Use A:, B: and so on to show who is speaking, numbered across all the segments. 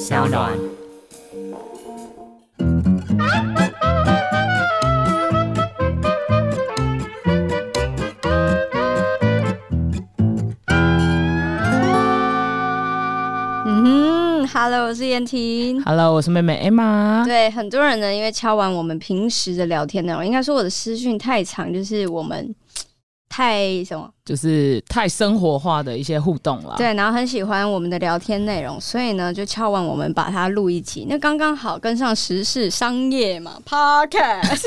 A: 小暖。
B: 嗯哼，Hello，我是燕婷。
A: Hello，我是妹妹 Emma。
B: 对，很多人呢，因为敲完我们平时的聊天内容，应该说我的私讯太长，就是我们太什么
A: 就是太生活化的一些互动啦。
B: 对，然后很喜欢我们的聊天内容，所以呢，就敲完我们把它录一集，那刚刚好跟上时事商业嘛，Podcast。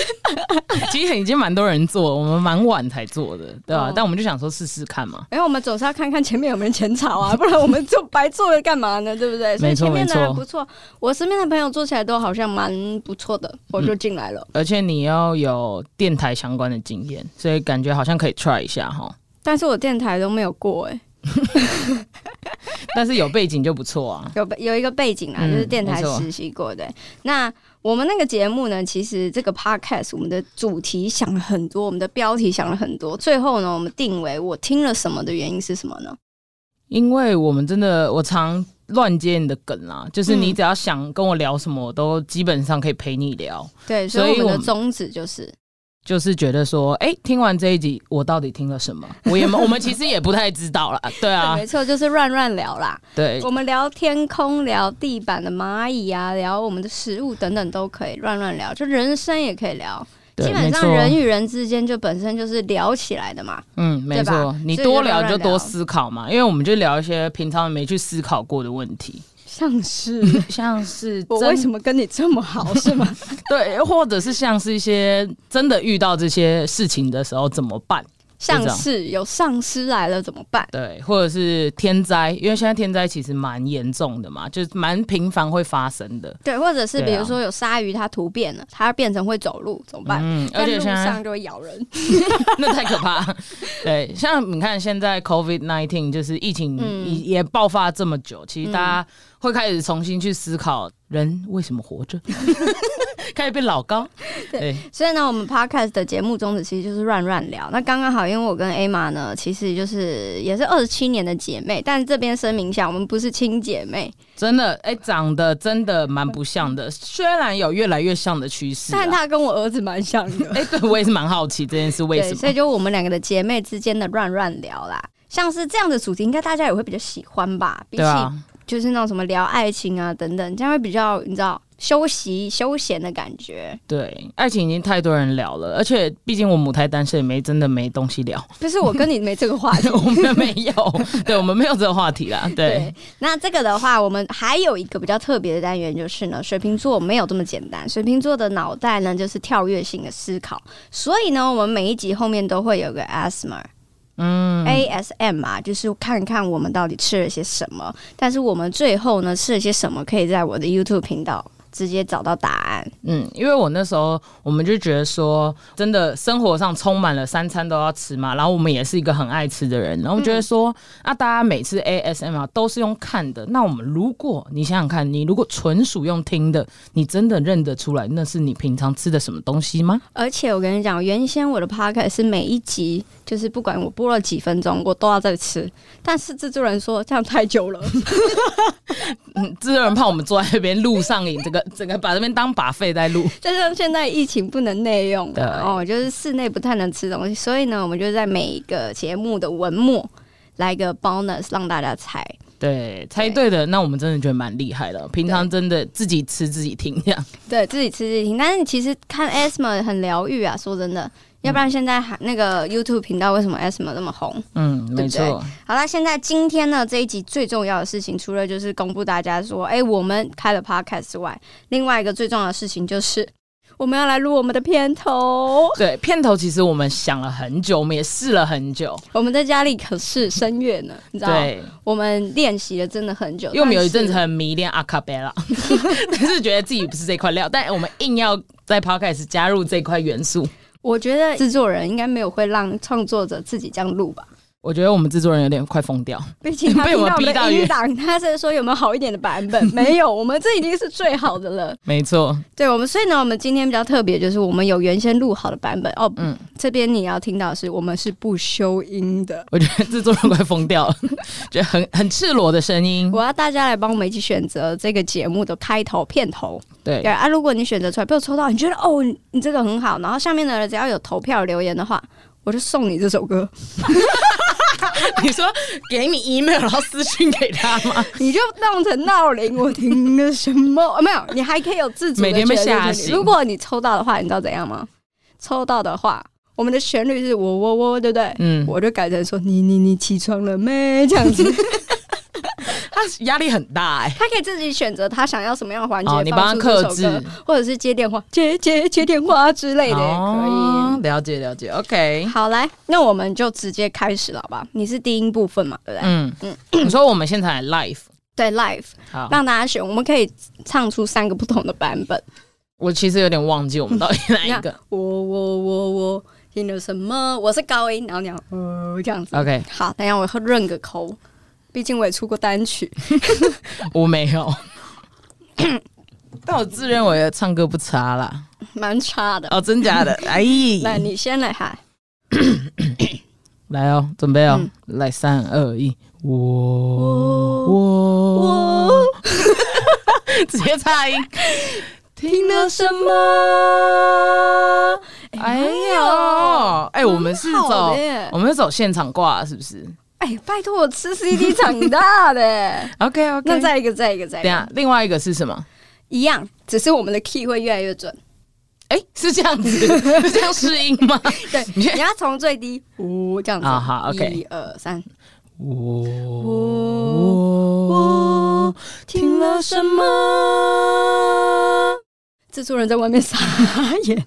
A: 其实已经蛮多人做，我们蛮晚才做的，对吧、
B: 哦
A: 但我们就想说试试看嘛。
B: 没有，我们总是要看看前面有没有前槽啊，不然我们就白做了干嘛呢？对不对？所以
A: 没错
B: 前面的
A: 没
B: 还
A: 错
B: 不错，我身边的朋友做起来都好像蛮不错的，我就进来了。
A: 而且你要有电台相关的经验，所以感觉好像可以 try 一下哈。
B: 但是我电台都没有过哎、
A: 但是有背景就不 错啊。
B: 有背有一个背景啦，
A: 嗯
B: 就是电台
A: 没错
B: 实习过的。那我们那个节目呢，其实这个 podcast 我们的主题想了很多，我们的标题想了很多，最后呢，我们定为我听了什么的原因是什么呢？
A: 因为我们真的，我常乱接你的梗啦，就是你
B: 嗯
A: 只要想跟我聊什么，我都基本上可以陪你聊。
B: 对，
A: 所
B: 所
A: 以
B: 以我
A: 我
B: 们
A: 们
B: 的宗旨就是
A: 就是觉得说，哎、听完这一集，我到底听了什么？我也没我们其实也不太知道啦。对啊
B: 没，错，就是乱乱聊啦。
A: 对
B: 我们聊天空，聊地板的蚂蚁啊，聊我们的食物等等都可以乱乱聊，就人生也可以聊。基
A: 对，没
B: 本
A: 错
B: 上，人与人之间就本身就是聊起来的嘛。
A: 嗯，没
B: 对吧
A: 错，你
B: 所以
A: 多
B: 就
A: 聊
B: 乱
A: 你就多
B: 聊
A: 思考嘛，因为我们就聊一些平常没去思考过的问题，
B: 像是
A: 像是
B: 我为什
A: 么
B: 么跟你这么好，是吗？
A: 对，或者是像是一些真的遇到这些事情的时候怎么办？
B: 上市有丧尸来了怎么办？
A: 对，或者是天灾，因为现在天灾其实蛮严重的嘛，就是蛮频繁会发生的。
B: 对，或者是比
A: 对啊
B: 如说有鲨鱼它突变了，它变成会走路怎么办？
A: 嗯，
B: 在
A: 而且
B: 路
A: 现在
B: 上就会咬人，
A: 那太可怕。对，像你看现在 COVID nineteen 就是疫情
B: 嗯
A: 也也爆发这么久，其实大家会开始重新去思考人为什么活着， 开始变老高。对，
B: 所以呢，我们 podcast 的节目宗旨其实就是乱乱聊。那刚刚好，因为我跟 Emma 呢，其实就是也是二十七年的姐妹，但这边声明一下，我们不是亲姐妹，
A: 真的，哎、长得真的蛮不像的，虽然有越来越像的趋势、
B: 嗯
A: 啊
B: 但。她跟我儿子蛮像 的。
A: 哎、 对我也是蛮好奇这件事为
B: 对，
A: 什
B: 所以
A: 么。
B: 就我们两个的姐妹之间的乱乱聊啦，像是这样的主题，应该大家也会比较喜欢吧？比
A: 对
B: 起
A: 啊，
B: 就是那种什么聊爱情啊等等，这样会比较你知道休息休闲的感觉。
A: 对，爱情已经太多人聊了，而且毕竟我母胎单身，也没真的没东西聊，
B: 不是我跟你没这个话题。
A: 我们没有，对我们没有这个话题啦。对，，
B: 那这个的话，我们还有一个比较特别的单元，就是呢，水瓶座没有这么简单。水瓶座的脑袋呢，就是跳跃性的思考，所以呢，我们每一集后面都会有个 ASMR，
A: 嗯，
B: ASM 啊，就是看看我们到底吃了些什么。但是我们最后呢吃了些什么，可以在我的 YouTube 频道直接找到答案。
A: 嗯，因为我那时候我们就觉得说，真的生活上充满了三餐都要吃嘛，然后我们也是一个很爱吃的人，然后我们觉得说，啊，大家每次 ASM 啊都是用看的，那我们如果你想想看，你如果纯属用听的，你真的认得出来那是你平常吃的什么东西吗？
B: 而且我跟你讲，原先我的 Podcast 是每一集就是不管我播了几分钟，我都要再吃。但是制作人说这样太久了，
A: 嗯，制作人怕我们坐在那边录上瘾，这个 整个把这边当把费在录，
B: 加上现在疫情不能内用
A: 对
B: 啊，哦，就是室内不太能吃东西，所以呢，我们就在每一个节目的文末来一个 bonus 让大家猜。
A: 对，猜对的，那我们真的觉得蛮厉害的，平常真的自己吃自己听这样。
B: 对自己吃自己听，但是其实看 Asma 很疗愈啊，说真的，要不然现在还那个 YouTube 频道为什么 Asma 那么红？
A: 嗯，没
B: 对
A: 错，
B: 好啦，现在今天呢这一集最重要的事情，除了就是公布大家说，哎、我们开了 Podcast 之外，另外一个最重要的事情就是我们要来录我们的片 头。
A: 对，片头其实我们想了很久，我们也试了很久。
B: 我们在家里可是声乐呢，你知道，
A: 对，
B: 我们练习了真的很久，
A: 因为我们有一
B: 但是
A: 阵子很迷恋阿卡贝拉， 但是觉得自己不是这块料，但我们硬要在 podcast 加入这块元素。
B: 我觉得制作人应该没有会让创作者自己这样录吧。
A: 我觉得我们制作人有点快疯掉。
B: 毕竟他
A: 被
B: 听
A: 我
B: 到我
A: 逼
B: 们
A: 到
B: 的
A: 晕
B: 音档，他是说有没有好一点的版 本？没有，我们这已经是最好的了。
A: 没错，
B: 对我们，所以呢，我们今天比较特别，就是我们有原先录好的版本哦。
A: 嗯
B: 这边你要听到的是我们是不修音的。
A: 我觉得制作人快疯掉了， 觉得很很赤裸的声音。
B: 我要大家来帮我们一起选择这个节目的开头片头。
A: 对
B: 对，啊，如果你选择出来被我抽到，你觉得哦，你你这个很好，然后下面的人只要有投票留言的话，我就送你这首歌，
A: 你说给你 email，然后私信给他 吗？
B: 你就弄成闹铃，我听了什么？啊没有，你还可以有自主的
A: 每天被
B: 决定
A: 吓
B: 权利
A: 醒
B: 如果你抽到的话，你知道怎样吗？抽到的话，我们的旋律是我我我，对不对？
A: 嗯，
B: 我就改成说你你你起床了没这样子，
A: 他压力很大哎、
B: 他可以自己选择他想要什么样的环节、
A: 哦，你帮他克制，，
B: 或者是接电话、接接接电话之类的也可以。
A: 哦了解了解，OK。
B: 好，来，那我们就直接开始了，好吧？你是低音部分嘛，对不对？
A: 嗯嗯，你说我们现在 live
B: 对，live
A: 好，
B: 让大家选，我们可以唱出三个不同的版本。
A: 我其实有点忘记我们到底哪一
B: 你
A: 个
B: 看。我我我我听了什么？我是高音，然后你要呃这样子。
A: OK，
B: 好，等一下我会润个口，毕竟我也出过单曲。
A: 我没有， 但我自认为唱歌不差啦。
B: 蛮差的。
A: 哦，真假 的？哎，
B: 那你先来哈，
A: 来哦，准备哦
B: 嗯，
A: 来三二一，我
B: 我
A: 我 直接插音。 听了什么？哎呦，哎，我们是
B: 蛮好
A: 走
B: 的耶，
A: 我们是走现场挂，是不是
B: 哎，拜托，我吃 CD 长大的 耶。
A: ？OK OK，
B: 那再一个，再一个，再一
A: 等一
B: 个，
A: 下，另外一个是什么？
B: 一样，只是我们的 key 会越来越准。
A: 哎，是这 样子，是这样适应吗？
B: 对，你要从最低五这样子
A: 啊好，OK
B: 一二三，
A: 我哦
B: 我听了
A: 什么？
B: 制作人在外面傻眼，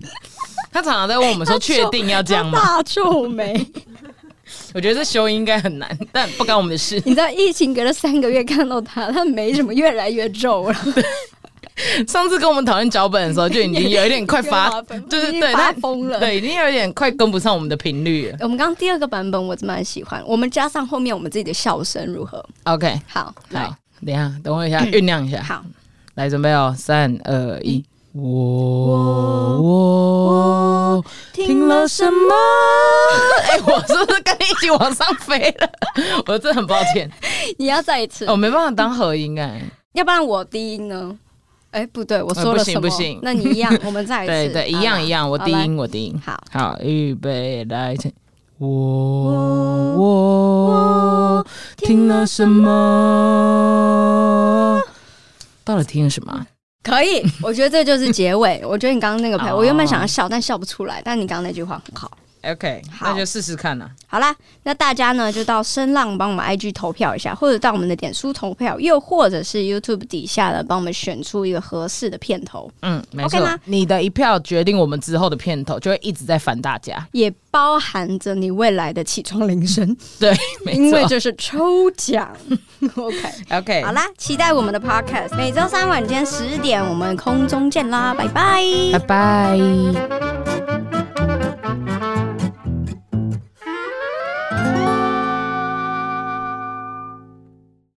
A: 他常常在 问我们说：“确定要这样吗
B: 他大皱眉。？”
A: 我觉得这修音应该很难，但不干我们的事。
B: 你知道疫情隔了三个月看到他，他眉怎么越来越皱了？
A: 上次跟我们讨论脚本的时候，就已经有一点快发
B: 有点，
A: 就是
B: 已经
A: 对
B: 发
A: 他
B: 疯了。
A: 对，已经有点快跟不上我们的频率了。
B: 我们刚刚第二个版本我蛮喜欢，我们加上后面我们自己的笑声如何？
A: OK，
B: 好，来
A: 好，，等一下，等我一下，酝酿一下。
B: 好，
A: 来准备哦，三二一，我
B: 我
A: 我听了什么？哎、我是不是跟你一起往上飞了？我真的很抱歉，
B: 你要再一次，
A: 我、没办法当合音哎、
B: 要不然我低音呢？哎，不对，我说
A: 呃不
B: 了
A: 行
B: 什么？
A: 不行
B: 那你一样，我们再一次，
A: 对对，一样一样，我低
B: 好来
A: 音我低音。
B: 好，
A: 好，预备来，请我我听了什么？到底听了什么啊？
B: 可以，我觉得这就是结尾。我觉得你刚刚那个拍，
A: 哦
B: 我原本想要笑，但笑不出来。但你刚刚那句话很好。
A: OK，
B: 好
A: 那就试试看啊啦。
B: 好啦，那大家呢就到声浪帮我们 IG 投票一下，或者到我们的脸书投票，又或者是 YouTube 底下的帮我们选出一个合适的片头，
A: 嗯，没
B: OK
A: 错
B: 吗
A: 你的一票决定我们之后的片头，就会一直在烦大家。
B: 也包含着你未来的起床铃声，
A: 对， 没
B: 因为
A: 错。
B: 这是抽 奖。OK，
A: OK，
B: 好啦，期待我们的 Podcast，每周三晚间十点我们空中见啦，拜拜。
A: 拜拜。